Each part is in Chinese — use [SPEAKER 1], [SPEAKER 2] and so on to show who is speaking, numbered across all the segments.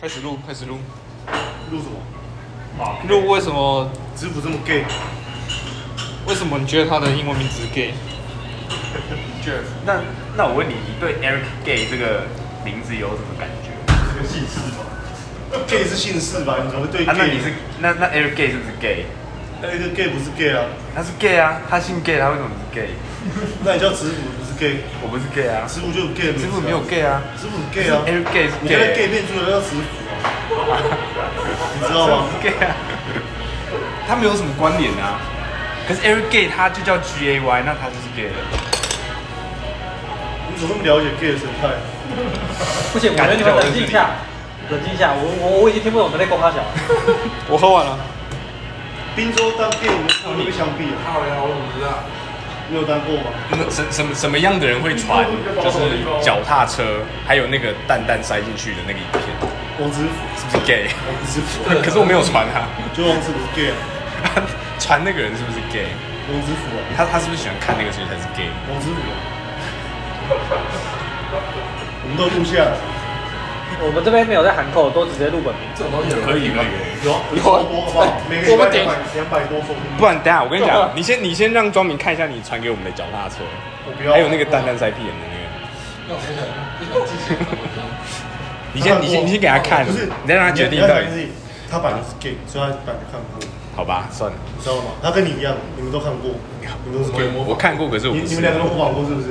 [SPEAKER 1] 开始录，开始录。
[SPEAKER 2] 录什么？啊，
[SPEAKER 1] 录为什么？
[SPEAKER 2] 子府这么 gay，
[SPEAKER 1] 为什么你觉得他的英文名字是 gay？
[SPEAKER 3] Jeff，那那我问你，你对 Eric Gay 这个名字有什么感觉？
[SPEAKER 2] 这个姓氏吧？gay 是姓氏吧？你怎么会对 gay？
[SPEAKER 3] 啊，那你是那那 Eric Gay 是不是 gay？
[SPEAKER 2] 那个 gay 不是 gay 啊？
[SPEAKER 3] 他是 gay 啊，他姓 gay，他为什么不是 gay？
[SPEAKER 2] 那你叫子府不是 gay？
[SPEAKER 3] 我不是 gay 啊，
[SPEAKER 2] 子府就有 gay 的名字
[SPEAKER 3] 师
[SPEAKER 2] 啊
[SPEAKER 3] 傅没有 gay 啊，
[SPEAKER 2] 子府 gay 啊
[SPEAKER 3] 是 Eric Gay 是
[SPEAKER 2] 你
[SPEAKER 3] gay
[SPEAKER 2] 跟 gay 变出来叫子府啊？你知道吗？
[SPEAKER 3] gay 啊，他没有什么关联啊。可是 Eric Gay 他就叫 G A Y，那他就是 gay 了。啊
[SPEAKER 2] 你怎么那么了解 gay 的生态？
[SPEAKER 4] 不行，我觉得你们冷静一下，冷静一下，我我我已经听不懂你们在公他小 了。
[SPEAKER 1] 我喝完了。
[SPEAKER 2] 滨州当 gay 我们会被枪毙啊！
[SPEAKER 5] 靠呀，我怎么知道？
[SPEAKER 2] 你有当过吗？
[SPEAKER 3] 那什什么什么样的人会传就是脚踏车，还有那个蛋蛋塞进去的那个影片，
[SPEAKER 2] 王子府，
[SPEAKER 3] 是不是 gay？
[SPEAKER 2] 王子府，
[SPEAKER 3] 可是我没有传啊，
[SPEAKER 2] 就王子府 gay 啊，
[SPEAKER 3] 传那个人是不是 gay？
[SPEAKER 2] 王子府啊，
[SPEAKER 3] 他他是不是喜欢看那个所以才是 gay？
[SPEAKER 2] 王子府啊。我们都录下来了，
[SPEAKER 4] 我们这边没有在喊扣，都直接录本名。
[SPEAKER 5] 这种东西有
[SPEAKER 3] 可以可以。
[SPEAKER 2] 有啊，有超多好不
[SPEAKER 3] 哎
[SPEAKER 2] 好？每个礼拜两百两百多封，
[SPEAKER 3] 不然等下我跟你
[SPEAKER 2] 啊
[SPEAKER 3] 讲，你先你先让庄明看一下你传给我们的脚踏车，
[SPEAKER 2] 我不要。
[SPEAKER 3] 还有那个蛋蛋塞屁眼的那个，
[SPEAKER 5] 那我想，想记起来。
[SPEAKER 3] 你先你先你先给他看，
[SPEAKER 2] 啊不是，
[SPEAKER 3] 你再让他决
[SPEAKER 2] 你
[SPEAKER 3] 定
[SPEAKER 2] 要
[SPEAKER 3] 到
[SPEAKER 2] 想的
[SPEAKER 3] 底，
[SPEAKER 2] 是他本来就是 gay，所以他本来看过，
[SPEAKER 3] 好吧，算了，
[SPEAKER 2] 你知道吗？他跟你一样，你们都看过，你们都是 gay，
[SPEAKER 3] 我看过，可是我
[SPEAKER 2] 你
[SPEAKER 3] 不
[SPEAKER 2] 你
[SPEAKER 3] 是
[SPEAKER 2] 们。两个都模仿过是不是？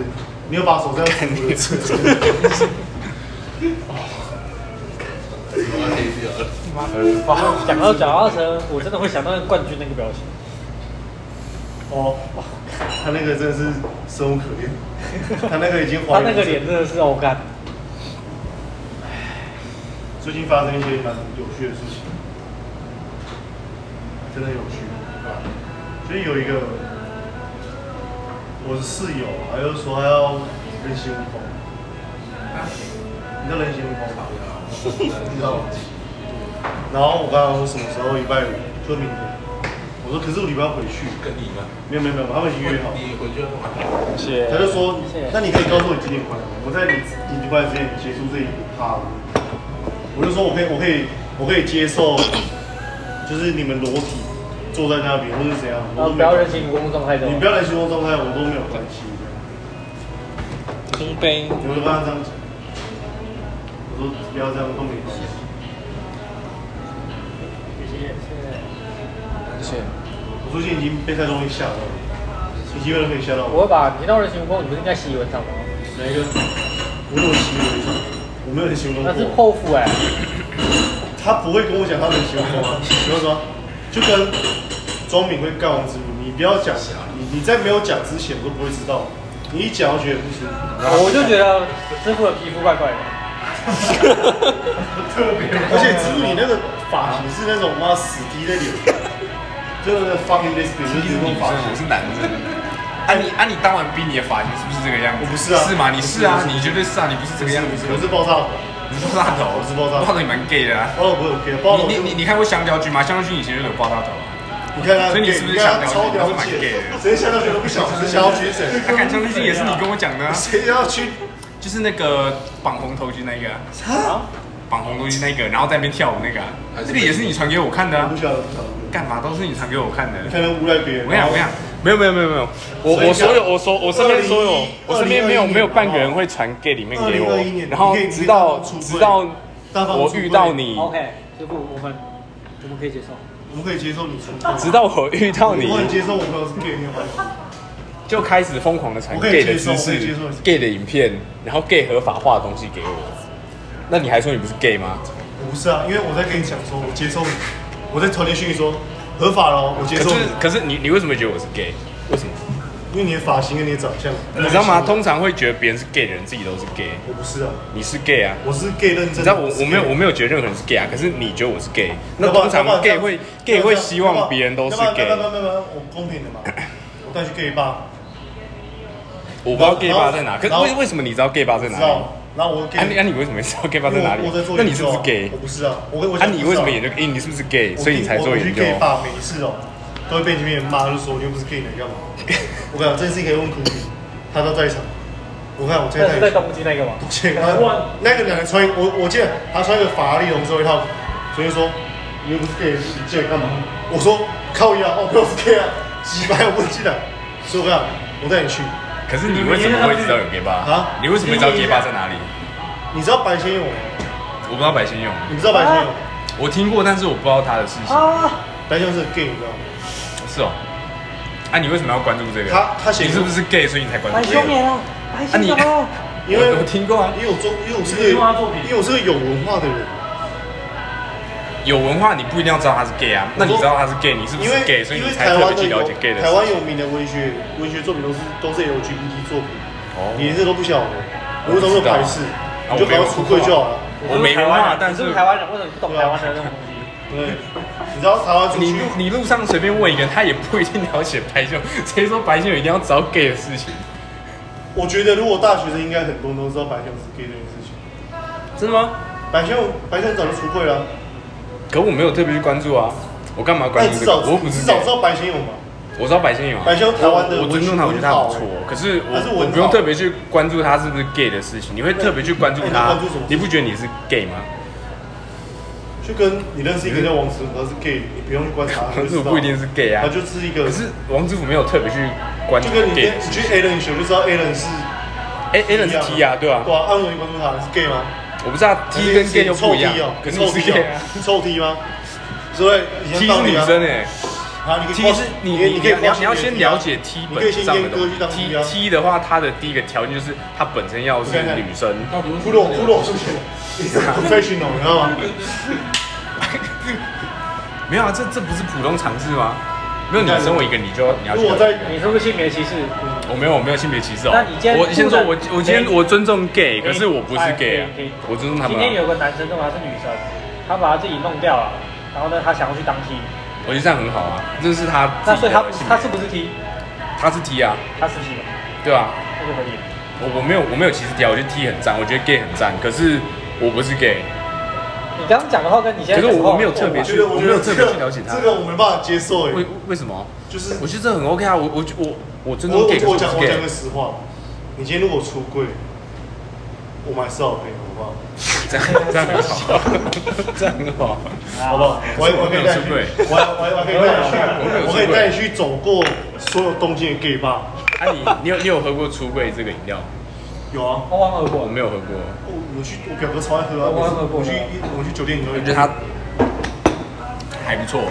[SPEAKER 2] 你有把手这样指我的车，
[SPEAKER 5] 我要黑掉了。
[SPEAKER 4] 讲到脚踏车，我真的会想到那个冠军那个表情。
[SPEAKER 2] 哦，哇他那个真的是生无可恋，他那个已经
[SPEAKER 4] 他
[SPEAKER 2] 怀疑人生。
[SPEAKER 4] 那个脸真的是 O 干。
[SPEAKER 2] 最近发生一些蛮有趣的事情，真的有趣。就是有一个我的室友，啊他就说他要人形蜈蚣，啊你知道人形蜈蚣吧？你知道吗？然后我跟他说什么时候礼拜五，就明天。我说可是我礼拜要回去，
[SPEAKER 5] 跟你吗？
[SPEAKER 2] 没有没有没有，他们已经约好。
[SPEAKER 5] 你回去玩。
[SPEAKER 4] 谢
[SPEAKER 2] 他就说
[SPEAKER 4] 谢谢，
[SPEAKER 2] 那你可以告诉我几点回来吗？我在你你礼拜之前结束这一趴。我就说我可以，我可以，我可以接受，就是你们裸体坐在那边，或是怎样。
[SPEAKER 4] 然
[SPEAKER 2] 我
[SPEAKER 4] 后
[SPEAKER 2] 说
[SPEAKER 4] 啊不要人，形蜈蚣状态中
[SPEAKER 2] 你。不要来形容状态，我都没有关系。
[SPEAKER 1] 空杯。
[SPEAKER 2] 我就跟他这样讲，我说不要这样，都没关系。
[SPEAKER 4] 谢谢谢谢。
[SPEAKER 1] 谢谢。
[SPEAKER 2] 我最近已经被太容易吓到了，已经有人可以吓到我。
[SPEAKER 4] 我会把你到人形蜈蚣，你不是应该习以为常吗？
[SPEAKER 2] 哪一个？我有行为上，我没有人形容
[SPEAKER 4] 那是
[SPEAKER 2] 过。
[SPEAKER 4] 泡芙哎，
[SPEAKER 2] 他不会跟我讲他很喜欢我 啊，比如说，就跟庄敏会干王之路，你不要讲，你你在没有讲之前我都不会知道，你一讲我觉得不舒服，
[SPEAKER 4] 我就觉得师傅的皮肤怪怪的。
[SPEAKER 2] 而且之路你那个发型是那种妈死滴 在脸，就是那 fucking lesbian 就是那种发
[SPEAKER 3] 我
[SPEAKER 2] 型，
[SPEAKER 3] 是男的。啊你啊你当完兵你的发型是不是这个样
[SPEAKER 2] 我
[SPEAKER 3] 子？
[SPEAKER 2] 不是啊
[SPEAKER 3] 是吗？你是
[SPEAKER 2] 我
[SPEAKER 3] 啊
[SPEAKER 2] 不，是
[SPEAKER 3] 你绝对是啊，你不是这个样子。
[SPEAKER 2] 我是爆炸头，
[SPEAKER 3] 你是爆炸头，
[SPEAKER 2] 我是爆炸头
[SPEAKER 3] 爆炸头你蛮 gay 的啊。
[SPEAKER 2] 爆炸头我有 gay，爆炸头
[SPEAKER 3] 你你你你看过香蕉君吗？香蕉君以前就有爆炸头啊。
[SPEAKER 2] 你看他，
[SPEAKER 3] 所以你是不
[SPEAKER 2] 你
[SPEAKER 3] 是
[SPEAKER 2] 看他
[SPEAKER 3] 想
[SPEAKER 2] 超
[SPEAKER 3] 了解
[SPEAKER 2] 了
[SPEAKER 3] 你是蛮 gay
[SPEAKER 2] 解
[SPEAKER 3] 的，
[SPEAKER 2] 谁想到觉得不想， 谁想要娶谁，
[SPEAKER 3] 啊，看香蕉君也是你跟我讲的啊，
[SPEAKER 2] 谁要娶，
[SPEAKER 3] 就是那个绑红头巾那个啊，
[SPEAKER 4] 啊？
[SPEAKER 3] 绑红头巾那个，然后在那边跳舞那个啊，
[SPEAKER 5] 还
[SPEAKER 3] 这
[SPEAKER 5] 是
[SPEAKER 3] 个也是你传给我看的
[SPEAKER 2] 我
[SPEAKER 3] 啊
[SPEAKER 2] 不。晓得，不晓得，
[SPEAKER 3] 干嘛都是你传给我看的。
[SPEAKER 2] 你看他诬赖别人，
[SPEAKER 3] 我跟你讲，我跟你讲，没有没有没有没
[SPEAKER 2] 所
[SPEAKER 3] 有，
[SPEAKER 2] 以
[SPEAKER 3] 我我
[SPEAKER 2] 讲
[SPEAKER 3] 所有我所我身边所有
[SPEAKER 2] 2021
[SPEAKER 3] 我身边没有
[SPEAKER 2] 年
[SPEAKER 3] 没有半个
[SPEAKER 2] 好不好
[SPEAKER 3] 人会传 gay 里面给
[SPEAKER 2] 2021
[SPEAKER 3] 我
[SPEAKER 2] 年，
[SPEAKER 3] 然后
[SPEAKER 2] 你可以
[SPEAKER 3] 直到
[SPEAKER 2] 大方出柜
[SPEAKER 3] 直到
[SPEAKER 2] 大方
[SPEAKER 3] 我
[SPEAKER 2] 出柜
[SPEAKER 3] 遇到你，
[SPEAKER 4] OK，师傅，我们我们可以接受。
[SPEAKER 2] 我们可以接受你出轨。
[SPEAKER 3] 直到我遇到你
[SPEAKER 2] 我很接受我朋友是 gay，没有关系
[SPEAKER 3] 就开始疯狂的传
[SPEAKER 2] 我可以
[SPEAKER 3] gay 的
[SPEAKER 2] 接受
[SPEAKER 3] 知
[SPEAKER 2] 我可以
[SPEAKER 3] 识
[SPEAKER 2] 接受、
[SPEAKER 3] gay 的影片，然后 gay 合法化的东西给我。那你还说你不是 gay 吗？
[SPEAKER 2] 我不是啊，因为我在跟你讲说，我接受你，我在传递讯息说合法咯，我接
[SPEAKER 3] 可
[SPEAKER 2] 受
[SPEAKER 3] 是
[SPEAKER 2] 你，
[SPEAKER 3] 可是你你为什么觉得我是 gay？为什么？
[SPEAKER 2] 因为你的发型跟你的长相，
[SPEAKER 3] 你知道吗？通常会觉得别人是 gay 的人自己都是 gay，
[SPEAKER 2] 啊我不是啊，
[SPEAKER 3] 你是 gay 啊？
[SPEAKER 2] 我是 gay 认真的。
[SPEAKER 3] 你知道我
[SPEAKER 2] 是 gay
[SPEAKER 3] 我没有我没有觉得任何人是 gay 啊，可是你觉得我是 gay，那
[SPEAKER 2] 要不然
[SPEAKER 3] 通
[SPEAKER 2] 要不然
[SPEAKER 3] 常
[SPEAKER 2] 这
[SPEAKER 3] gay
[SPEAKER 2] 样
[SPEAKER 3] 会 gay
[SPEAKER 2] 要不
[SPEAKER 3] 会
[SPEAKER 2] 然
[SPEAKER 3] 希望别人都
[SPEAKER 2] 要
[SPEAKER 3] 是
[SPEAKER 2] 不然
[SPEAKER 3] gay
[SPEAKER 2] 要。不然要不然要不然我公平的嘛，我带去 gay 吧，
[SPEAKER 3] 我不知道 gay
[SPEAKER 2] 然后
[SPEAKER 3] 吧在哪，可是
[SPEAKER 2] 然后
[SPEAKER 3] 为为什么你知道 gay 吧在
[SPEAKER 2] 知
[SPEAKER 3] 哪里？
[SPEAKER 2] 道？然后我
[SPEAKER 3] 啊你
[SPEAKER 2] gay，
[SPEAKER 3] 啊你为什么知道 gay 吧
[SPEAKER 2] 因为
[SPEAKER 3] 在哪里
[SPEAKER 2] 我我在做研究啊？
[SPEAKER 3] 那你是不是 gay？
[SPEAKER 2] 我不是啊，我跟我
[SPEAKER 3] 啊
[SPEAKER 2] 想
[SPEAKER 3] 你为什么研
[SPEAKER 2] 究？
[SPEAKER 3] 究？诶你是不是 gay？所以你才做
[SPEAKER 2] 我
[SPEAKER 3] 研究啊
[SPEAKER 2] 去？gay 吧每一次哦，都会被你面骂，就说你又不是 gay，你来干嘛？我跟你讲，这件事情可以问 Cookie，他都在场。我看我这
[SPEAKER 4] 那 是在
[SPEAKER 2] 在
[SPEAKER 4] 东京那个吗？
[SPEAKER 2] 哇，那个男的穿，我我记得他穿一个法拉利红色外套，所以说你又不是 gay，你进来干嘛？我说靠呀，哦，不是 gay 啊，几百我不记得。所以我讲，我带你去，
[SPEAKER 3] 可是你为什么会知道有 gay 吧？
[SPEAKER 2] 啊
[SPEAKER 3] 你为什么知道 gay 吧在哪里？
[SPEAKER 2] 你知道白先勇吗？
[SPEAKER 3] 我不知道白先勇，
[SPEAKER 2] 你知道白先勇吗？
[SPEAKER 3] 我听过，但是我不知道他的事情。
[SPEAKER 4] 啊，
[SPEAKER 2] 白先勇是 gay，你知道吗？
[SPEAKER 3] 是哦，啊，你为什么要关注这个？
[SPEAKER 2] 他他写
[SPEAKER 3] 你是不是 gay，所以你才关
[SPEAKER 4] 白
[SPEAKER 3] 注这
[SPEAKER 4] 熊
[SPEAKER 3] 个？
[SPEAKER 4] 也了，白
[SPEAKER 3] 啊
[SPEAKER 4] 熊也
[SPEAKER 3] 你
[SPEAKER 4] 了，
[SPEAKER 2] 因为
[SPEAKER 3] 我我听过啊，
[SPEAKER 2] 因为我做，因为我是个，
[SPEAKER 4] 你听过他作品
[SPEAKER 2] 因为我是个有文化的人，
[SPEAKER 3] 有文化你不一定要知道他是 gay 啊，那你知道他是 gay，你是不
[SPEAKER 2] 因
[SPEAKER 3] 是
[SPEAKER 2] 为
[SPEAKER 3] gay，所以
[SPEAKER 2] 因
[SPEAKER 3] 你
[SPEAKER 2] 为台
[SPEAKER 3] 才特
[SPEAKER 2] 湾
[SPEAKER 3] 别
[SPEAKER 2] 的
[SPEAKER 3] 去
[SPEAKER 2] 有
[SPEAKER 3] 了解 gay 的事
[SPEAKER 2] 台
[SPEAKER 3] 情。
[SPEAKER 2] 湾有名的文学文学作品都是都是 LGBT 作品，
[SPEAKER 3] 哦
[SPEAKER 2] 你连这都不晓得，我为
[SPEAKER 3] 我
[SPEAKER 2] 什么会
[SPEAKER 3] 不知
[SPEAKER 2] 排
[SPEAKER 3] 道
[SPEAKER 2] 斥？你
[SPEAKER 3] 啊
[SPEAKER 2] 就
[SPEAKER 3] 我没
[SPEAKER 2] 赶
[SPEAKER 3] 有
[SPEAKER 2] 快出柜就好了。
[SPEAKER 3] 我没文化，但
[SPEAKER 4] 你
[SPEAKER 3] 是
[SPEAKER 4] 是不是台湾人，为什么你不懂台湾的那种东西？
[SPEAKER 3] 啊
[SPEAKER 2] 对，你知道台湾出
[SPEAKER 3] 你
[SPEAKER 2] 去
[SPEAKER 3] 路，你路上随便问一个人，他也不一定了解白秀。 谁说白秀一定要知道 gay 的事情？
[SPEAKER 2] 我觉得如果大学生应该很多人都知道白先勇是 gay 这件事情。
[SPEAKER 3] 真的吗？
[SPEAKER 2] 白先勇，白先勇早就出柜了啊，
[SPEAKER 3] 可我没有特别去关注啊，我干嘛
[SPEAKER 2] 那
[SPEAKER 3] 关
[SPEAKER 2] 你
[SPEAKER 3] 注
[SPEAKER 2] 哎至
[SPEAKER 3] 这个？
[SPEAKER 2] 少
[SPEAKER 3] 我又不
[SPEAKER 2] 至
[SPEAKER 3] 是
[SPEAKER 2] 少
[SPEAKER 3] gay，
[SPEAKER 2] 知道白先勇吧？
[SPEAKER 3] 我知道白先勇啊，
[SPEAKER 2] 白先勇台湾的
[SPEAKER 3] 我我
[SPEAKER 2] 文
[SPEAKER 3] 尊重他，我觉得他很不错
[SPEAKER 2] 文豪。
[SPEAKER 3] 可是
[SPEAKER 2] 他是
[SPEAKER 3] 我
[SPEAKER 2] 文豪
[SPEAKER 3] 我不用特别去关注他是不是 gay 的事情，你会特别去关注
[SPEAKER 2] 那你
[SPEAKER 3] 他
[SPEAKER 2] 关注什么？
[SPEAKER 3] 你不觉得你是 gay 吗？
[SPEAKER 2] 就跟你认识一个叫王思文，他是 gay，你不用去观察他，
[SPEAKER 3] 可
[SPEAKER 2] 你
[SPEAKER 3] 是
[SPEAKER 2] 就
[SPEAKER 3] 我
[SPEAKER 2] 知道
[SPEAKER 3] 不一定是 gay 啊
[SPEAKER 2] 他。就是一个，
[SPEAKER 3] 可是王之甫没有特别去关注
[SPEAKER 2] 就跟你跟
[SPEAKER 3] gay 的
[SPEAKER 2] 你
[SPEAKER 3] 事
[SPEAKER 2] 去
[SPEAKER 3] 情。
[SPEAKER 2] Alan 学就知道 Alan 是
[SPEAKER 3] 哎 a l n 是 T 啊，对啊
[SPEAKER 2] 对。啊，按文关注他是 gay 吗？
[SPEAKER 3] 我不知道 T 跟 gay 就不一样
[SPEAKER 2] 臭 T 哦，
[SPEAKER 3] 可
[SPEAKER 2] 你
[SPEAKER 3] 是
[SPEAKER 2] 臭
[SPEAKER 3] 你是
[SPEAKER 2] T
[SPEAKER 3] gay 啊
[SPEAKER 2] 哦，你臭 T 吗？所以以前
[SPEAKER 3] T
[SPEAKER 2] 道
[SPEAKER 3] 是
[SPEAKER 2] 理
[SPEAKER 3] 女
[SPEAKER 2] 啊
[SPEAKER 3] 生哎
[SPEAKER 2] 好，你可以
[SPEAKER 3] ，T 是你
[SPEAKER 2] 你可以
[SPEAKER 3] 你
[SPEAKER 2] 可以
[SPEAKER 3] 你要你要
[SPEAKER 2] 关心
[SPEAKER 3] 先
[SPEAKER 2] 别人
[SPEAKER 3] 了解 T
[SPEAKER 2] 啊你可
[SPEAKER 3] 本
[SPEAKER 2] 以先
[SPEAKER 3] 上的
[SPEAKER 2] 阉割
[SPEAKER 3] 东
[SPEAKER 2] 去当
[SPEAKER 3] T
[SPEAKER 2] 兵啊
[SPEAKER 3] T 的话，它的第一个条件就是它本身要是
[SPEAKER 2] 看看
[SPEAKER 3] 女生。
[SPEAKER 5] 到底为什
[SPEAKER 2] 骷
[SPEAKER 5] 么
[SPEAKER 2] 髅骷髅出现了，你 是 professional，你知道吗？
[SPEAKER 3] 没有啊，这这不是普通常识吗？没有，你身为一个你就要你要去
[SPEAKER 2] 如果在
[SPEAKER 4] 你是不是性别歧视？
[SPEAKER 3] 我没有，我没有性别歧视哦。
[SPEAKER 4] 那你今天
[SPEAKER 3] 我先说，我
[SPEAKER 4] 不能
[SPEAKER 3] 我今天
[SPEAKER 4] 没
[SPEAKER 3] 我尊重 gay，可是我不是
[SPEAKER 4] 哎
[SPEAKER 3] gay，啊
[SPEAKER 4] 可以可以
[SPEAKER 3] 我尊重他
[SPEAKER 4] 今
[SPEAKER 3] 们
[SPEAKER 4] 天
[SPEAKER 3] 啊。
[SPEAKER 4] 有个男生认为他是女生，他把他自己弄掉了，然后呢，他想要去当 T，
[SPEAKER 3] 我觉得这样很好啊，这是他自
[SPEAKER 4] 那
[SPEAKER 3] 己
[SPEAKER 4] 所以他
[SPEAKER 3] 的性别
[SPEAKER 4] 他是不是 T？
[SPEAKER 3] 他是 T 啊，
[SPEAKER 4] 他是 T 嘛，
[SPEAKER 3] 对啊，
[SPEAKER 4] 那就合理了。
[SPEAKER 3] 我我没有我没有歧视 T，啊，我觉得 T 很赞，我觉得 gay 很赞，可是我不是 gay，
[SPEAKER 4] 你刚刚讲的话跟你现在
[SPEAKER 3] 可
[SPEAKER 4] 讲
[SPEAKER 3] 是
[SPEAKER 4] 的话
[SPEAKER 3] 我没有特别
[SPEAKER 2] 我
[SPEAKER 4] 我
[SPEAKER 2] 觉得我
[SPEAKER 3] 我
[SPEAKER 2] 觉
[SPEAKER 3] 没有
[SPEAKER 2] 得
[SPEAKER 3] 特
[SPEAKER 2] 这
[SPEAKER 3] 别
[SPEAKER 2] 个
[SPEAKER 3] 去了解他
[SPEAKER 2] 这个我没办法接受哎，
[SPEAKER 3] 为为什么？
[SPEAKER 2] 就是
[SPEAKER 3] 我觉得这很 OK 啊，我我我我尊
[SPEAKER 2] 我我
[SPEAKER 3] 重 gay，可是
[SPEAKER 2] 我
[SPEAKER 3] 我不
[SPEAKER 2] 讲
[SPEAKER 3] 是
[SPEAKER 2] 我
[SPEAKER 3] gay
[SPEAKER 2] 讲个实话，你今天如果出柜，我们还是好朋友，好不好？
[SPEAKER 3] 这样这样很好，这样很好。啊
[SPEAKER 2] 好不好？我我可以带你去，我我我可以带你去，我可以带你去走过所有东京的 gay 吧。
[SPEAKER 3] 啊你你有你有喝过出柜这个饮料？
[SPEAKER 2] 有啊，
[SPEAKER 4] 汪汪而
[SPEAKER 3] 我
[SPEAKER 4] 过，
[SPEAKER 3] 没有喝过，
[SPEAKER 2] 我我去我表哥超爱喝啊，我去我去酒店喝，
[SPEAKER 3] 我觉得它还不错。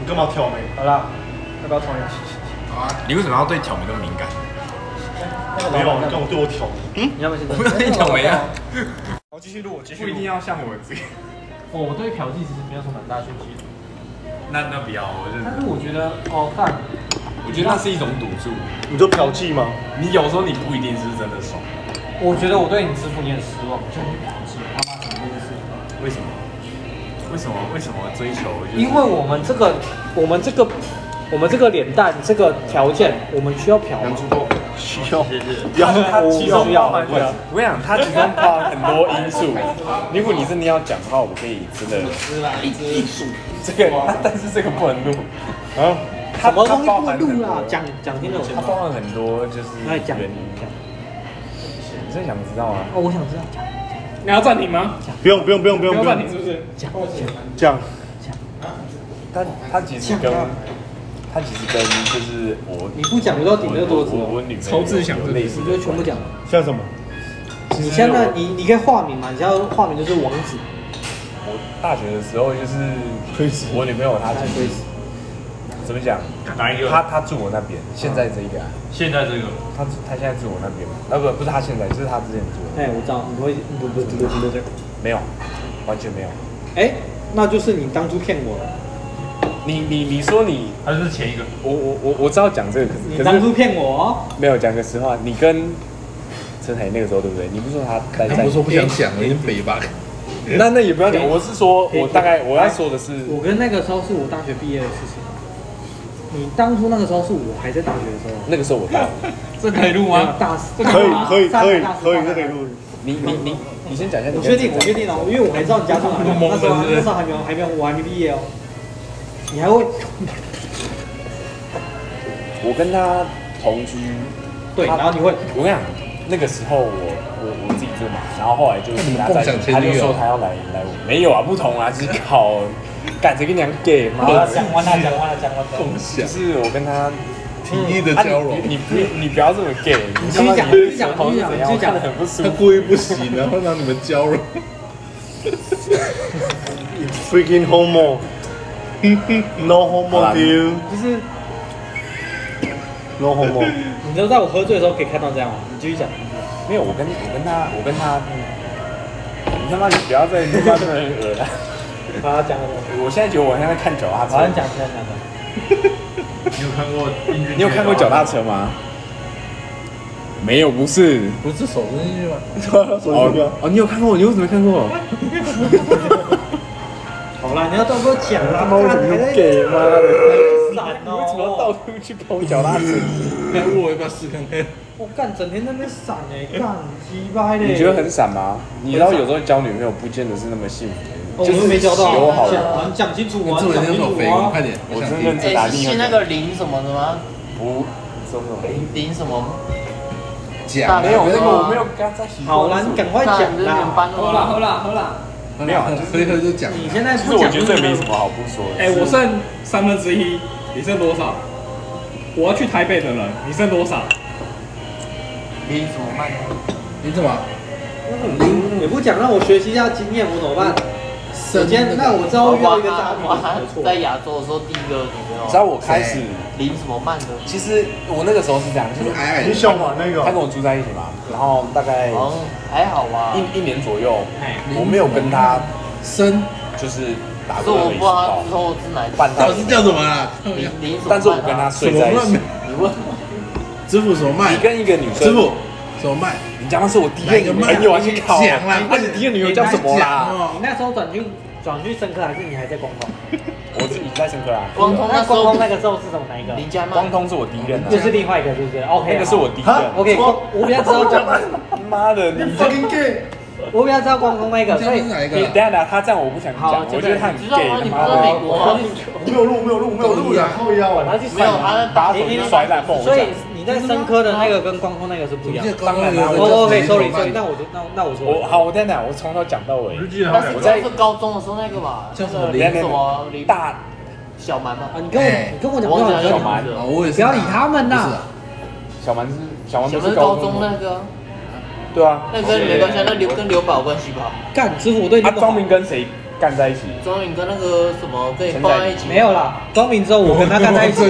[SPEAKER 2] 你干嘛挑眉？
[SPEAKER 4] 好啦，要不要重演？
[SPEAKER 5] 啊？
[SPEAKER 3] 你为什么要对挑眉那么敏感？
[SPEAKER 4] 那个
[SPEAKER 2] 没有，
[SPEAKER 4] 老
[SPEAKER 2] 你
[SPEAKER 4] 板
[SPEAKER 2] 干嘛对我挑眉？
[SPEAKER 4] 你要不要先？
[SPEAKER 3] 我 没有对挑眉啊，
[SPEAKER 1] 好，继续录，我继
[SPEAKER 3] 不一定要像我这个。
[SPEAKER 4] 我我对嫖妓其实没有什么很大兴趣，
[SPEAKER 3] 那那不要，我认
[SPEAKER 4] 但
[SPEAKER 3] 真
[SPEAKER 4] 是。我觉得哦，看
[SPEAKER 3] 我觉得那是一种赌注，
[SPEAKER 2] 你就嫖妓吗？
[SPEAKER 3] 你有时候你不一定是真的爽。
[SPEAKER 4] 我觉得我对你师傅你很失望，就去嫖妓，妈妈怎么回事？
[SPEAKER 3] 为什么？为什么？为什么追求？就是
[SPEAKER 4] 因为我们这个，我们这个，我们这个脸蛋这个条件，我们需要嫖吗？
[SPEAKER 2] 需要，谢
[SPEAKER 3] 他他
[SPEAKER 4] 我
[SPEAKER 3] 其中
[SPEAKER 4] 需要
[SPEAKER 3] 包含
[SPEAKER 4] 我需要
[SPEAKER 3] 我想他其中包含很多因素。如果你真的要讲的话，我可以真的艺术这个，但是这个不能录。
[SPEAKER 2] 啊，
[SPEAKER 3] 它
[SPEAKER 4] 什么东
[SPEAKER 3] 它包
[SPEAKER 4] 西
[SPEAKER 3] 含
[SPEAKER 4] 不
[SPEAKER 3] 很
[SPEAKER 4] 录
[SPEAKER 3] 多
[SPEAKER 4] 啦？讲讲听懂
[SPEAKER 3] 它包含很多就是
[SPEAKER 4] 来讲
[SPEAKER 3] 原因。
[SPEAKER 4] 讲。
[SPEAKER 3] 你真的想知道吗？
[SPEAKER 4] 哦，我想知道讲
[SPEAKER 1] 你要暂停吗？
[SPEAKER 2] 不用不用不用
[SPEAKER 1] 不
[SPEAKER 2] 不用
[SPEAKER 1] 要
[SPEAKER 2] 不
[SPEAKER 1] 暂停是
[SPEAKER 2] 用，
[SPEAKER 1] 不是？
[SPEAKER 4] 讲讲。
[SPEAKER 2] 这样
[SPEAKER 3] 他他其实跟他其实跟就是我
[SPEAKER 4] 你不讲，你到底那多
[SPEAKER 3] 我我
[SPEAKER 4] 久？
[SPEAKER 3] 女朋
[SPEAKER 1] 曹
[SPEAKER 3] 友
[SPEAKER 1] 志祥
[SPEAKER 3] 有
[SPEAKER 1] 对
[SPEAKER 3] 类似
[SPEAKER 4] 你
[SPEAKER 3] 的
[SPEAKER 4] 就全部讲。
[SPEAKER 2] 像什么？
[SPEAKER 4] 你现在你你可以化名嘛？你现在化名就是王子，
[SPEAKER 3] 我大学的时候就是
[SPEAKER 2] 推辞
[SPEAKER 3] 我女朋友她就
[SPEAKER 4] 推
[SPEAKER 3] 是
[SPEAKER 4] 辞
[SPEAKER 3] 怎么讲？
[SPEAKER 5] 哪一个
[SPEAKER 3] 她她住我那边，现在这一个啊，
[SPEAKER 5] 现在这个
[SPEAKER 3] 她住她现在住我那边嘛？啊不不是她现在，就是她之前住的，
[SPEAKER 4] 哎，我知道你会不不不不不不，
[SPEAKER 3] 没有，完全没有。
[SPEAKER 4] 哎，那就是你当初骗我了，
[SPEAKER 3] 你你你说你，
[SPEAKER 5] 还是前一个？
[SPEAKER 3] 我我我我知道讲这个，可
[SPEAKER 4] 你
[SPEAKER 3] 是可
[SPEAKER 4] 当初
[SPEAKER 3] 是
[SPEAKER 4] 骗我哦，
[SPEAKER 3] 没有讲个实话，你跟陈海那个时候对不对？你不是说他在在？
[SPEAKER 5] 不想讲了，有点北吧。
[SPEAKER 3] 那那也不要讲，
[SPEAKER 4] 可以
[SPEAKER 3] 我是说
[SPEAKER 4] 可以
[SPEAKER 3] 我大概我要说的是，
[SPEAKER 4] 我跟那个时候是我大学毕业的事情。你当初那个时候是我还在大学的时候，
[SPEAKER 3] 那个时候我大五，
[SPEAKER 1] 这可以录吗？
[SPEAKER 4] 大
[SPEAKER 2] 可以可以可以可以，这可以。录。
[SPEAKER 3] 你你你你先讲一下你
[SPEAKER 4] 我
[SPEAKER 3] 跟
[SPEAKER 4] 确
[SPEAKER 3] 陈海，
[SPEAKER 4] 定，我确定哦，因为我还知道你家住哪里，那时候那时候还没有还没有我还没毕业哦，你还会
[SPEAKER 3] 我跟他同居，
[SPEAKER 4] 对，
[SPEAKER 3] 他
[SPEAKER 4] 然后你会
[SPEAKER 3] 我跟你讲，那个时候我我我自己住嘛，然后后来就是跟他在一起，他
[SPEAKER 5] 那你们共享前女友
[SPEAKER 3] 就说他要来来我，没有啊，不同啊，就是靠，干谁跟你讲 gay 嘛
[SPEAKER 4] 好，了，讲完了，讲完了，讲完了。
[SPEAKER 3] 就
[SPEAKER 5] 共享
[SPEAKER 3] 是我跟他
[SPEAKER 5] 体力的
[SPEAKER 3] 啊
[SPEAKER 5] 交融
[SPEAKER 3] 你，你不你不要这么 gay，你
[SPEAKER 4] 继续讲
[SPEAKER 3] 知道你
[SPEAKER 4] 继续讲
[SPEAKER 3] 舌头是怎样
[SPEAKER 4] 继续讲继
[SPEAKER 3] 我
[SPEAKER 4] 续讲
[SPEAKER 3] 看得很不舒
[SPEAKER 5] 他
[SPEAKER 3] 服。
[SPEAKER 5] 故意不行，然后让你们交融。
[SPEAKER 2] Freaking homo. no
[SPEAKER 3] 好
[SPEAKER 2] homo
[SPEAKER 3] 啦
[SPEAKER 2] deal.
[SPEAKER 4] 就是
[SPEAKER 2] No homo.
[SPEAKER 4] 你知道在我喝醉的时候可以看到这样吗？你继续讲。
[SPEAKER 3] 没有，我跟我跟他我跟他，你他妈你不要再他妈这么恶了。
[SPEAKER 4] 好，讲了。
[SPEAKER 3] 我现在觉得我好像在看脚踏
[SPEAKER 4] 好，
[SPEAKER 3] 车
[SPEAKER 4] 你。讲，你讲，讲。
[SPEAKER 5] 你有看过？
[SPEAKER 3] 你有看过脚踏？车吗？没有，不是。
[SPEAKER 5] 不是手伸进去吗？
[SPEAKER 3] 哦哦，你有看过？你为什么没看过？
[SPEAKER 4] 好啦，你要到时候讲啦。
[SPEAKER 3] 他妈为什么用 gay 妈的？
[SPEAKER 4] 闪
[SPEAKER 3] 你
[SPEAKER 4] 哦！
[SPEAKER 3] 为什么要到处去碰脚踏车？
[SPEAKER 5] 我要不要试看看？
[SPEAKER 4] 我干，整天在那边闪哎，干鸡掰嘞！
[SPEAKER 3] 你觉得很闪吗？你知道有时候交女朋友不见得是那么幸
[SPEAKER 4] 哦？
[SPEAKER 3] 福，
[SPEAKER 4] 我们没交到
[SPEAKER 3] 有好
[SPEAKER 4] 啊，讲
[SPEAKER 3] 的。
[SPEAKER 4] 完讲清楚
[SPEAKER 5] 你
[SPEAKER 4] 啊，
[SPEAKER 5] 做
[SPEAKER 4] 讲
[SPEAKER 5] 人家
[SPEAKER 4] 清
[SPEAKER 5] 手肥
[SPEAKER 4] 楚
[SPEAKER 5] 我
[SPEAKER 4] 啊
[SPEAKER 5] 快。点，我
[SPEAKER 3] 我
[SPEAKER 5] 想
[SPEAKER 3] 真
[SPEAKER 5] 听
[SPEAKER 3] 认。真打
[SPEAKER 6] 哎，
[SPEAKER 3] 另一
[SPEAKER 6] 是那
[SPEAKER 3] 个
[SPEAKER 6] 个零什么的吗？
[SPEAKER 3] 不，什么什么？
[SPEAKER 6] 零什么？
[SPEAKER 5] 讲
[SPEAKER 3] 没有，那个我没有
[SPEAKER 6] 啊
[SPEAKER 3] 跟他在一起。
[SPEAKER 4] 好啦，你赶快讲
[SPEAKER 6] 那你
[SPEAKER 4] 啦
[SPEAKER 6] 们！搬了吗
[SPEAKER 4] 好啦，好啦，好啦。
[SPEAKER 5] 没有，所以他就讲。
[SPEAKER 4] 你现在
[SPEAKER 3] 其实
[SPEAKER 4] 不
[SPEAKER 3] 我
[SPEAKER 4] 讲，
[SPEAKER 3] 觉得这没什么好不说的。
[SPEAKER 7] 哎、我剩三分之一，你剩多少？我要去台北的人，你剩多少？
[SPEAKER 6] 零什么慢？
[SPEAKER 5] 你怎么？
[SPEAKER 4] 你不讲让我学习一下经验，我怎么办？
[SPEAKER 5] 我
[SPEAKER 4] 我今天那我之后遇到一个渣女，不
[SPEAKER 6] 我在
[SPEAKER 4] 错。
[SPEAKER 6] 亚洲的时候第一个女朋友，
[SPEAKER 3] 你知道我开始
[SPEAKER 5] 谁，
[SPEAKER 6] 零什么慢的？
[SPEAKER 3] 其实我那个时候是这样，就是
[SPEAKER 5] 矮矮
[SPEAKER 2] 你
[SPEAKER 5] 的，
[SPEAKER 2] 想玩那
[SPEAKER 3] 他跟
[SPEAKER 2] 个？
[SPEAKER 3] 我住在一起嘛，然后大概
[SPEAKER 6] 好像哦还好吧。
[SPEAKER 3] 一一年左右，
[SPEAKER 7] 哎、
[SPEAKER 3] 我没有跟他
[SPEAKER 5] 生，
[SPEAKER 3] 就是打
[SPEAKER 6] 可
[SPEAKER 3] 过美
[SPEAKER 6] 是我不知
[SPEAKER 3] 情
[SPEAKER 6] 道
[SPEAKER 3] 炮
[SPEAKER 6] 他之，后是哪一
[SPEAKER 3] 半道
[SPEAKER 5] 老师叫什么啦？
[SPEAKER 6] 零零什么慢啊？
[SPEAKER 3] 但是我跟他睡在一起。
[SPEAKER 6] 你问
[SPEAKER 5] 支付什么卖
[SPEAKER 3] 你？跟一个女生，
[SPEAKER 5] 支付什么卖？
[SPEAKER 3] 你讲的是我第一个女
[SPEAKER 5] 哪一
[SPEAKER 3] 朋
[SPEAKER 5] 个
[SPEAKER 3] 友啊，你考，
[SPEAKER 5] 讲啦
[SPEAKER 3] 那你第一个女友叫什么啊啦？
[SPEAKER 4] 你那时候转去转去深科还是你还在光通？
[SPEAKER 3] 我自己在深科啊，
[SPEAKER 6] 光通
[SPEAKER 4] 那
[SPEAKER 6] 时
[SPEAKER 4] 光
[SPEAKER 6] 候
[SPEAKER 4] 通那个时候是什么哪一个？
[SPEAKER 6] 林家
[SPEAKER 3] 光
[SPEAKER 6] 曼，
[SPEAKER 3] 通是我第一任啊
[SPEAKER 4] 就，是另外一个，是不是？OK，
[SPEAKER 3] 那个是我第一
[SPEAKER 2] 哈
[SPEAKER 3] 任。
[SPEAKER 4] 好 OK，光我比较知道光，
[SPEAKER 3] 妈的，你这个
[SPEAKER 5] gay，
[SPEAKER 4] 我比较知道光通那个，所以
[SPEAKER 5] 哪一
[SPEAKER 3] 你等一
[SPEAKER 5] 个？
[SPEAKER 3] 下等一下，他这样我不想
[SPEAKER 4] 好
[SPEAKER 3] 讲，我觉得他很
[SPEAKER 6] 你知道
[SPEAKER 3] gay，
[SPEAKER 6] 吗？
[SPEAKER 3] 他
[SPEAKER 6] 你不
[SPEAKER 3] 妈
[SPEAKER 6] 是美
[SPEAKER 3] 的，
[SPEAKER 6] 国吗？
[SPEAKER 2] 我没有录，没有录，没有录呀！靠腰啊！
[SPEAKER 3] 他去
[SPEAKER 6] 没有，他在打
[SPEAKER 3] 把
[SPEAKER 6] 手
[SPEAKER 3] 手
[SPEAKER 6] 机
[SPEAKER 3] 机甩烂缝，我
[SPEAKER 4] 所以
[SPEAKER 3] 讲
[SPEAKER 4] 你在深科的那个跟光通那个是不一样的。
[SPEAKER 5] 当然
[SPEAKER 3] 啦
[SPEAKER 4] 我 OK，sorry sorry，那我就那那我
[SPEAKER 3] 我
[SPEAKER 4] 说，
[SPEAKER 3] 好，我等一下我从头讲到尾，
[SPEAKER 6] 但是你是高中的时候那个吧？
[SPEAKER 5] 叫什么
[SPEAKER 6] 那个林什么林
[SPEAKER 3] 大
[SPEAKER 6] 小蛮吗？
[SPEAKER 4] 啊，你跟我你跟我讲，
[SPEAKER 6] 我
[SPEAKER 4] 不要
[SPEAKER 6] 讲
[SPEAKER 4] 讲
[SPEAKER 3] 小蛮
[SPEAKER 5] 哦，我也是。
[SPEAKER 4] 不要理他们呐
[SPEAKER 5] 不 是啊
[SPEAKER 3] 小蛮是小蛮
[SPEAKER 6] 小
[SPEAKER 3] 不是
[SPEAKER 6] 蛮是高
[SPEAKER 3] 高
[SPEAKER 6] 中
[SPEAKER 3] 中吗
[SPEAKER 6] 那个，
[SPEAKER 3] 对啊，
[SPEAKER 6] 那跟你没关系啊，那刘跟刘宝有关系吧？
[SPEAKER 4] 干师傅，我对你
[SPEAKER 3] 他
[SPEAKER 4] 不好
[SPEAKER 3] 张。啊明跟谁干在一起？
[SPEAKER 6] 庄允跟那个什么跟你抱在一起，
[SPEAKER 4] 没有啦，光明之后我跟他干在一起。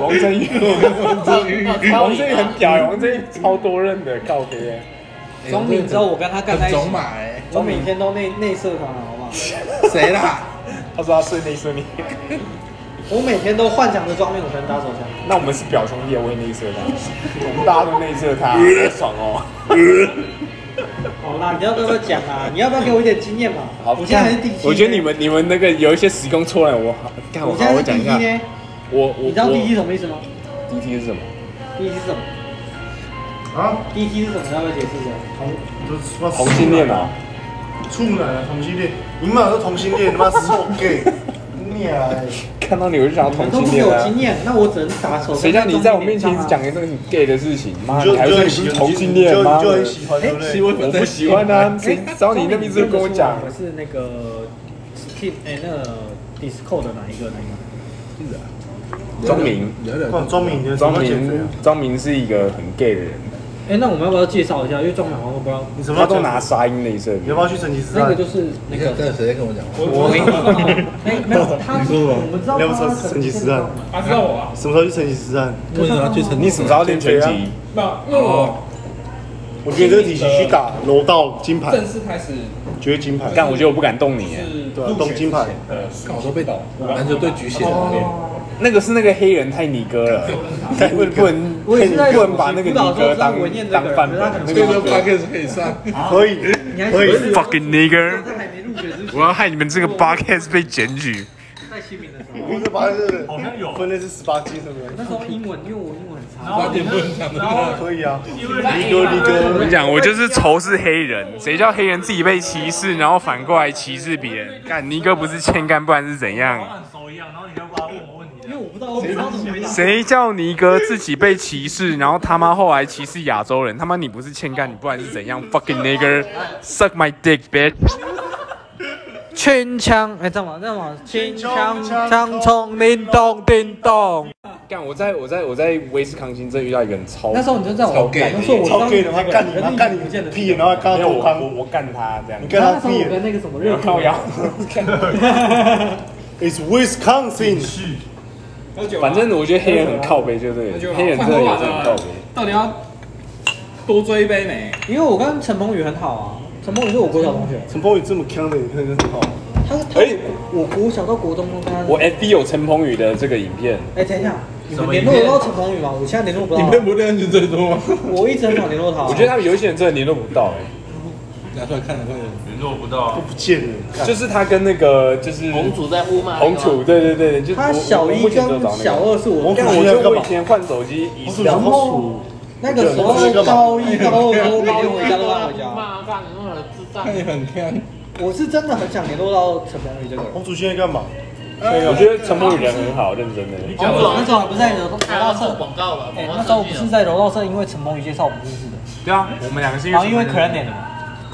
[SPEAKER 3] 王振宇，
[SPEAKER 6] 那超你啊，
[SPEAKER 3] 王振宇很屌欸，王振宇超多任的告别欸。
[SPEAKER 4] 中敏之后我跟他干在一起
[SPEAKER 5] 很种马哎，
[SPEAKER 4] 我每天都内内射他了，好不好？
[SPEAKER 5] 谁啦？
[SPEAKER 3] 他说他睡内 射你，
[SPEAKER 4] 我每天都幻想着装面，我才能打手枪。
[SPEAKER 3] 那我们是表兄弟，我也内射他，我们大家都内射他，爽 哦。
[SPEAKER 4] 好啦，你要跟我讲啊，你要不要给我一点经验嘛？
[SPEAKER 3] 好，
[SPEAKER 4] 我现在还是第七。
[SPEAKER 3] 我觉得你，们你们那个有一些时空错乱，我好，看我
[SPEAKER 4] 我
[SPEAKER 3] 好
[SPEAKER 4] 现在
[SPEAKER 3] 我
[SPEAKER 4] 是
[SPEAKER 3] 讲
[SPEAKER 4] 第
[SPEAKER 3] 一
[SPEAKER 4] 一
[SPEAKER 3] 下，
[SPEAKER 4] 呢。
[SPEAKER 3] 我我
[SPEAKER 4] 你知道第一
[SPEAKER 3] 我
[SPEAKER 4] 什么意思吗？
[SPEAKER 3] 第一题是什么？
[SPEAKER 4] 第一是什么？
[SPEAKER 2] 啊，
[SPEAKER 4] 第一是什么？要不要解释一下？
[SPEAKER 2] 同就是他妈
[SPEAKER 3] 同性恋 啊，
[SPEAKER 2] 处男啊，同性恋，你们俩都同性 恋，他妈是我 gay，你啊！
[SPEAKER 3] 看到你我就想到
[SPEAKER 4] 你们
[SPEAKER 3] 同
[SPEAKER 4] 都
[SPEAKER 3] 性
[SPEAKER 4] 不
[SPEAKER 3] 恋
[SPEAKER 4] 有
[SPEAKER 3] 啊
[SPEAKER 4] 经。验，那我只能打手枪。
[SPEAKER 3] 谁叫你在我面前一直讲一个很 gay 的事情？妈，你还说你是同性恋
[SPEAKER 2] 就
[SPEAKER 3] 吗？
[SPEAKER 2] 就很喜欢，哎对不对？
[SPEAKER 5] 我
[SPEAKER 3] 我不喜欢啊，谁知道你那边一直跟我讲
[SPEAKER 4] 我是那个 Keep 哎，那个 Discord 的哪一个哪一个？
[SPEAKER 5] Dạ.
[SPEAKER 3] 钟明。
[SPEAKER 5] 有点
[SPEAKER 2] 哇，庄敏，你的什
[SPEAKER 3] 张
[SPEAKER 2] 么减肥
[SPEAKER 3] 明
[SPEAKER 2] 啊？
[SPEAKER 3] 张明是一个很 gay 的人，
[SPEAKER 4] 哎，那我们要不要介绍一下？因为中好像都不知道。
[SPEAKER 2] 你什么
[SPEAKER 3] 他
[SPEAKER 2] 要
[SPEAKER 3] 都
[SPEAKER 2] 减肥
[SPEAKER 3] 拿沙鹰内射。
[SPEAKER 2] 你要不要去成吉思
[SPEAKER 4] 那个
[SPEAKER 2] 汗？
[SPEAKER 4] 就是那
[SPEAKER 5] 那个
[SPEAKER 4] 个，
[SPEAKER 5] 但谁在跟我讲话？
[SPEAKER 4] 我没有，没有，他是我们知道
[SPEAKER 2] 你要不
[SPEAKER 4] 他
[SPEAKER 2] 要去成吉思汗？
[SPEAKER 7] 啊，知道我啊？
[SPEAKER 2] 什么时候去成吉思汗？
[SPEAKER 5] 为什么要去成？
[SPEAKER 3] 你什么时候练拳击？哦
[SPEAKER 7] 那因为我
[SPEAKER 2] 我觉得这个体系去打柔道金牌，
[SPEAKER 7] 正式开始
[SPEAKER 2] 绝对金牌，
[SPEAKER 3] 但我觉得我不敢动你耶。
[SPEAKER 7] 是
[SPEAKER 2] 对啊，东金牌。
[SPEAKER 7] 呃，
[SPEAKER 5] 看我都被篮球队局限了。
[SPEAKER 3] 那个是那个黑人太尼哥 了，太不能不能不
[SPEAKER 4] 我也是在
[SPEAKER 3] 能把那个尼哥当
[SPEAKER 4] 我也是在
[SPEAKER 3] 当范
[SPEAKER 4] 我也是在
[SPEAKER 3] 本。
[SPEAKER 5] 这个 p o d c 可以上，
[SPEAKER 2] 可以，
[SPEAKER 4] 你还
[SPEAKER 2] 可以。
[SPEAKER 3] Fucking nigger！
[SPEAKER 4] 他还没入学之前，
[SPEAKER 3] 我要害你们这个 podcast 被检举。
[SPEAKER 4] 在新民的时候，
[SPEAKER 2] 不是八是好像有分类是十八禁，对不
[SPEAKER 4] 那
[SPEAKER 2] 对？
[SPEAKER 4] 时候英文，因为我英文很差，
[SPEAKER 5] 八点不能上的。
[SPEAKER 2] 可以啊，离哥离
[SPEAKER 3] 我
[SPEAKER 2] 哥
[SPEAKER 3] 跟你讲，我就是仇视黑人，谁叫黑人自己被歧视，然后反过来歧视别人？干尼哥不是欠干，不然是怎样？
[SPEAKER 4] 因为我不知道我不知道怎么回答。
[SPEAKER 3] 谁叫尼哥自己被歧视，然后他妈后来歧视亚洲人？他妈你不是欠干，你不然是怎样？Fucking nigger，suck my dick bitch。
[SPEAKER 4] 圈枪，哎，这样嘛，这样嘛，圈枪枪冲叮咚叮咚。
[SPEAKER 3] 干，我在我在我在威斯康星真遇到一个人超，
[SPEAKER 4] 那时候你就在我
[SPEAKER 5] 超
[SPEAKER 4] 感
[SPEAKER 5] gay
[SPEAKER 4] 动，说我
[SPEAKER 2] 超
[SPEAKER 4] 当
[SPEAKER 2] gay 的，他干你，他干
[SPEAKER 4] 不见
[SPEAKER 2] 你
[SPEAKER 4] 得
[SPEAKER 2] 屁，然后刚
[SPEAKER 3] 没有
[SPEAKER 2] 刚
[SPEAKER 3] 我
[SPEAKER 2] 康，
[SPEAKER 3] 我我干他这样
[SPEAKER 2] 你，
[SPEAKER 4] 他
[SPEAKER 2] 跟他
[SPEAKER 4] 那时候
[SPEAKER 2] 屁
[SPEAKER 4] 我跟那个什么热
[SPEAKER 3] 靠腰。
[SPEAKER 2] ，It's Wisconsin。
[SPEAKER 7] 喝酒啊
[SPEAKER 3] 反正我觉得黑人很靠背，就对
[SPEAKER 7] 喝酒
[SPEAKER 3] 了，
[SPEAKER 7] 啊
[SPEAKER 3] 黑人真的有时候很靠背。
[SPEAKER 7] 到底要多追一杯没？
[SPEAKER 4] 因为我跟陈鹏宇很好啊，陈鹏宇是我国小同学，
[SPEAKER 2] 陈柏宇这么强的，你看真好。
[SPEAKER 4] 他他
[SPEAKER 3] 哎
[SPEAKER 4] 我国小到国中都跟他。
[SPEAKER 3] 我哎 FB 有陈鹏宇的这个影片，
[SPEAKER 4] 哎，等一下，你们联络得到陈鹏宇吗？我现在联络不
[SPEAKER 5] 影片
[SPEAKER 4] 到，
[SPEAKER 5] 不亮就最多吗？
[SPEAKER 4] 我一直很想联络他。
[SPEAKER 3] 我觉得他们有一些人真的联络不到，哎，
[SPEAKER 5] 拿出来看了，快点。
[SPEAKER 8] 联络不到
[SPEAKER 2] 都，不见
[SPEAKER 4] 嗯
[SPEAKER 2] 了，
[SPEAKER 3] 就是他跟那个就是
[SPEAKER 6] 红主在呼吗？
[SPEAKER 3] 红楚，对对对，就是
[SPEAKER 4] 他
[SPEAKER 3] 我
[SPEAKER 4] 小
[SPEAKER 3] 我
[SPEAKER 4] 一
[SPEAKER 3] 目前只有
[SPEAKER 4] 跟
[SPEAKER 3] 找那个
[SPEAKER 4] 小二是我
[SPEAKER 2] 红
[SPEAKER 3] 但
[SPEAKER 4] 干
[SPEAKER 2] 薯
[SPEAKER 3] 我觉得我以前换手机一
[SPEAKER 2] 红薯
[SPEAKER 3] 然后
[SPEAKER 2] 后
[SPEAKER 4] 那个时候高一高二都包回家都让回家。
[SPEAKER 6] 骂干那么智障
[SPEAKER 5] 看。你很看，
[SPEAKER 4] 我是真的很想联络到陈鹏宇这个人。
[SPEAKER 2] 红薯现在干嘛？
[SPEAKER 3] 我觉
[SPEAKER 4] 啊
[SPEAKER 3] 得陈鹏宇人很好，认真的。
[SPEAKER 6] 讲了
[SPEAKER 4] 我那时候还不是在柔
[SPEAKER 6] 看
[SPEAKER 4] 道
[SPEAKER 6] 到做
[SPEAKER 4] 社，
[SPEAKER 6] 广告了，
[SPEAKER 4] 哎，
[SPEAKER 6] 广
[SPEAKER 4] 那时候我
[SPEAKER 6] 告
[SPEAKER 4] 不
[SPEAKER 6] 设计
[SPEAKER 4] 是
[SPEAKER 6] 了。
[SPEAKER 4] 在柔道社，因为陈鹏宇介绍我们认识的。
[SPEAKER 3] 对啊，我们两个是
[SPEAKER 4] 然哦后因为 c l a n e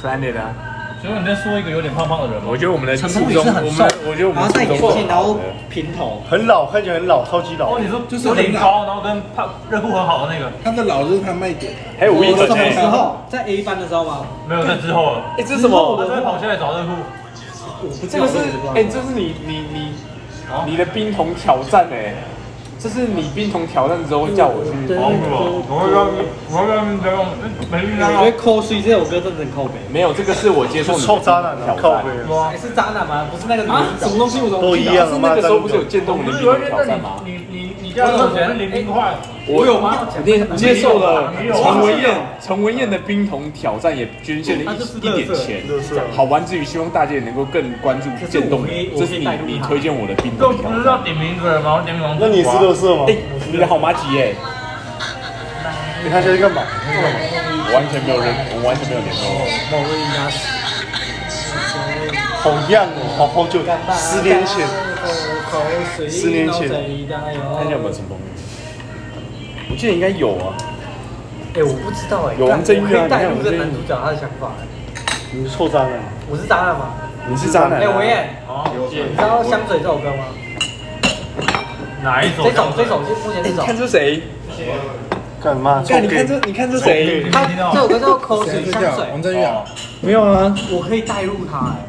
[SPEAKER 3] ，Clanet 啊，
[SPEAKER 8] 结果你在说一个有点胖胖的人吗
[SPEAKER 3] 我？觉得我们的初
[SPEAKER 4] 陈鹏宇
[SPEAKER 3] 中，
[SPEAKER 4] 是
[SPEAKER 3] 我
[SPEAKER 4] 很
[SPEAKER 3] 们
[SPEAKER 4] 瘦
[SPEAKER 3] 的，我觉得我们
[SPEAKER 4] 然后
[SPEAKER 3] 初
[SPEAKER 4] 戴眼
[SPEAKER 3] 中
[SPEAKER 4] 镜，然后平头，
[SPEAKER 2] 很老，看起来很老，超级老
[SPEAKER 8] 哦，。你说
[SPEAKER 5] 就是
[SPEAKER 8] 有点
[SPEAKER 5] 很老
[SPEAKER 8] 高，然后跟胖热裤很好的那个，
[SPEAKER 5] 他的老就是他卖点。
[SPEAKER 3] 呃还有吴亦
[SPEAKER 4] 我
[SPEAKER 3] 辰
[SPEAKER 4] 什么时
[SPEAKER 3] 哎，
[SPEAKER 4] 候在 A 班的时候吗？
[SPEAKER 8] 没有在之后了，
[SPEAKER 3] 哎，这是什么？
[SPEAKER 8] 他就会跑下来找热裤。
[SPEAKER 3] 这个是哎，这是你你你
[SPEAKER 4] 哦
[SPEAKER 3] 你的冰桶挑战哎，这是你冰桶挑战之后叫我去。
[SPEAKER 8] 哦，我会让，我会让你这样，没遇
[SPEAKER 4] 我觉得扣税这首歌真的很扣背。
[SPEAKER 3] 没有，这个是我接受
[SPEAKER 2] 就
[SPEAKER 3] 你的
[SPEAKER 2] 臭渣男
[SPEAKER 3] 冰
[SPEAKER 2] 啊，
[SPEAKER 3] 桶挑
[SPEAKER 2] 靠
[SPEAKER 3] 战
[SPEAKER 2] 背。
[SPEAKER 8] 哎
[SPEAKER 4] 还是渣男吗？不是那个女
[SPEAKER 7] 啊，什
[SPEAKER 4] 的。
[SPEAKER 7] 么东西我都
[SPEAKER 2] 都一样
[SPEAKER 3] 是那个时候不是有见到我们的冰桶挑战吗？
[SPEAKER 8] 你你你家的钱零零块，
[SPEAKER 3] 我有吗？接接受了
[SPEAKER 8] 你有啊
[SPEAKER 3] 陈文燕，陈文燕的冰桶挑战也捐献了
[SPEAKER 4] 他就是
[SPEAKER 3] 一
[SPEAKER 4] 垃圾
[SPEAKER 3] 一点钱
[SPEAKER 2] 垃圾。
[SPEAKER 3] 好玩之余，希望大家也能够更关注渐冻
[SPEAKER 4] 可是
[SPEAKER 3] 人这啊是你
[SPEAKER 4] 我可以，我可以带入他
[SPEAKER 3] 你推荐我的冰
[SPEAKER 8] 都
[SPEAKER 3] 桶
[SPEAKER 8] 不
[SPEAKER 3] 挑
[SPEAKER 8] 知道
[SPEAKER 3] 战。
[SPEAKER 8] 点名一个人吗？我点名王。
[SPEAKER 2] 那你是乐色吗？
[SPEAKER 3] 哎，你的好麻吉耶！
[SPEAKER 2] 你看现在干嘛？
[SPEAKER 3] 我完全没有认，我完全没有联络。
[SPEAKER 2] 好样哦，好好久，十年前。十年前
[SPEAKER 3] 看一下有没有成功。我记得应该有啊，
[SPEAKER 4] 哎，我不知道哎。
[SPEAKER 3] 有王正玉啊
[SPEAKER 4] 我可以带入
[SPEAKER 3] 你看王
[SPEAKER 4] 这
[SPEAKER 3] 正玉
[SPEAKER 4] 个男主角他的想法。哎
[SPEAKER 2] 你是臭渣男，
[SPEAKER 4] 我是渣男吗？
[SPEAKER 3] 你是渣男
[SPEAKER 4] 哎，
[SPEAKER 3] 啊。
[SPEAKER 4] 文燕，你知道《香水》这首歌吗？
[SPEAKER 8] 哪一种？
[SPEAKER 4] 这首这首就目前
[SPEAKER 3] 哎
[SPEAKER 4] 这
[SPEAKER 3] 你
[SPEAKER 4] 首。
[SPEAKER 3] 看这谁？
[SPEAKER 2] 干嘛？臭
[SPEAKER 3] 看你
[SPEAKER 2] gay
[SPEAKER 3] 看这，你看这谁？
[SPEAKER 4] 他这首歌叫《口
[SPEAKER 5] 谁
[SPEAKER 4] 水
[SPEAKER 5] 睡
[SPEAKER 4] 香
[SPEAKER 5] 觉？
[SPEAKER 4] 水
[SPEAKER 5] 王》，振宇啊？
[SPEAKER 3] 没有啊，
[SPEAKER 4] 我可以代入他哎。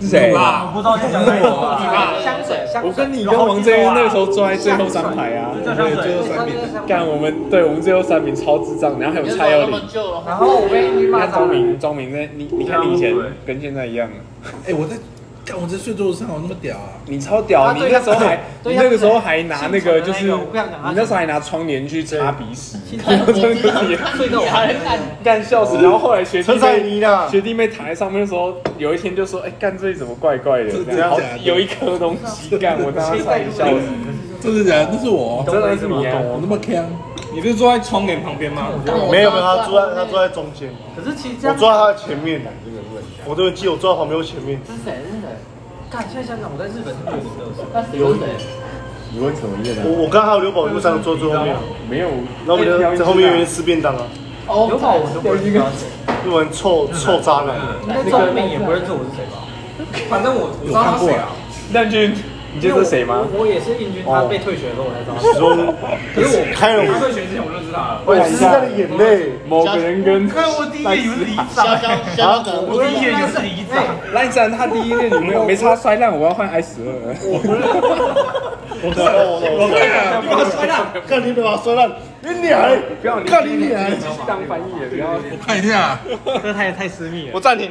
[SPEAKER 3] 是谁？
[SPEAKER 8] 啊，我不知道你讲哪一种啊。
[SPEAKER 4] 香水，香水。
[SPEAKER 3] 我跟你跟王正英那个时候坐在最后三排啊。
[SPEAKER 8] 这香
[SPEAKER 5] 最
[SPEAKER 8] 水
[SPEAKER 5] 后三名。
[SPEAKER 3] 干，我们对我们最后三名超智障，然后还有蔡
[SPEAKER 6] 那
[SPEAKER 3] 佑
[SPEAKER 6] 么
[SPEAKER 3] 林。
[SPEAKER 6] 旧了，
[SPEAKER 4] 然后我被一句
[SPEAKER 3] 你
[SPEAKER 4] 骂
[SPEAKER 3] 看
[SPEAKER 4] 他
[SPEAKER 3] 钟
[SPEAKER 4] 了。
[SPEAKER 3] 明，钟明啊在你，你看你以前跟现在一样，
[SPEAKER 5] 哎，我在干，我在睡桌子上，我那么屌啊！
[SPEAKER 3] 你超屌，你那时候 还，你那个时候还拿那个就是，你那时候还拿窗帘去擦鼻屎， 真的
[SPEAKER 4] 睡到我
[SPEAKER 6] 还看
[SPEAKER 3] 干笑死。然后后来学弟
[SPEAKER 2] 陈彩
[SPEAKER 3] 妹
[SPEAKER 2] 妮啊啦，
[SPEAKER 3] 学弟妹躺在上面的时候，有一天就说，哎，干这里怎么怪怪的？然后有一颗东西，干我当时差点笑死，
[SPEAKER 5] 真的假的？那是我，
[SPEAKER 3] 真的是你啊！
[SPEAKER 5] 我那么强。
[SPEAKER 7] 你不是坐在窗帘旁边吗？
[SPEAKER 2] 没有没有，他坐在他坐在中间，
[SPEAKER 4] 可是其实这
[SPEAKER 2] 我
[SPEAKER 4] 样，
[SPEAKER 2] 坐在他的前面的。我都有记，我坐在旁边，我前面。
[SPEAKER 6] 是谁？是谁？
[SPEAKER 4] 看现在想想，我在日本是不是有点热
[SPEAKER 6] 那谁是谁？
[SPEAKER 3] 你问什么意思呢？
[SPEAKER 2] 我我刚还有刘宝玉三个坐最后面，
[SPEAKER 3] 没有，
[SPEAKER 2] 然后我们
[SPEAKER 3] 哎
[SPEAKER 2] 就在后面有人吃便当啊，
[SPEAKER 6] 哦，
[SPEAKER 4] 有宝我就不会知道是谁，
[SPEAKER 2] 就玩臭臭渣男。
[SPEAKER 4] 应该周明也不认识我是谁吧？
[SPEAKER 7] 反正我我知
[SPEAKER 5] 有
[SPEAKER 7] 道
[SPEAKER 5] 看
[SPEAKER 7] 他
[SPEAKER 5] 过
[SPEAKER 7] 谁啊。？
[SPEAKER 5] 啊
[SPEAKER 3] 亮君，你记得是谁吗？
[SPEAKER 4] 我我也是应军，他被退学的时候我才知道
[SPEAKER 2] 你
[SPEAKER 4] 他是谁。
[SPEAKER 2] 说，
[SPEAKER 7] 可是我
[SPEAKER 2] 开了
[SPEAKER 7] 他退学之前我就知道了。
[SPEAKER 2] 我，我是他的眼泪。
[SPEAKER 3] 某个人跟
[SPEAKER 8] 我第一眼以为是李
[SPEAKER 6] 潇
[SPEAKER 8] 长，
[SPEAKER 6] 潇
[SPEAKER 2] 啊
[SPEAKER 6] 潇的，
[SPEAKER 8] 我第一眼以为是李长。
[SPEAKER 3] 赖展他第一任女朋友没差摔烂，我要换 i 十二。我不
[SPEAKER 2] 我我我，
[SPEAKER 5] 对
[SPEAKER 7] 我摔烂，
[SPEAKER 2] 看你被我摔烂，你娘嘞！
[SPEAKER 3] 不要你，
[SPEAKER 5] 干你娘！
[SPEAKER 3] 当翻译也不要。
[SPEAKER 5] 我看一下。
[SPEAKER 4] 这太太私密了。
[SPEAKER 2] 我暂停。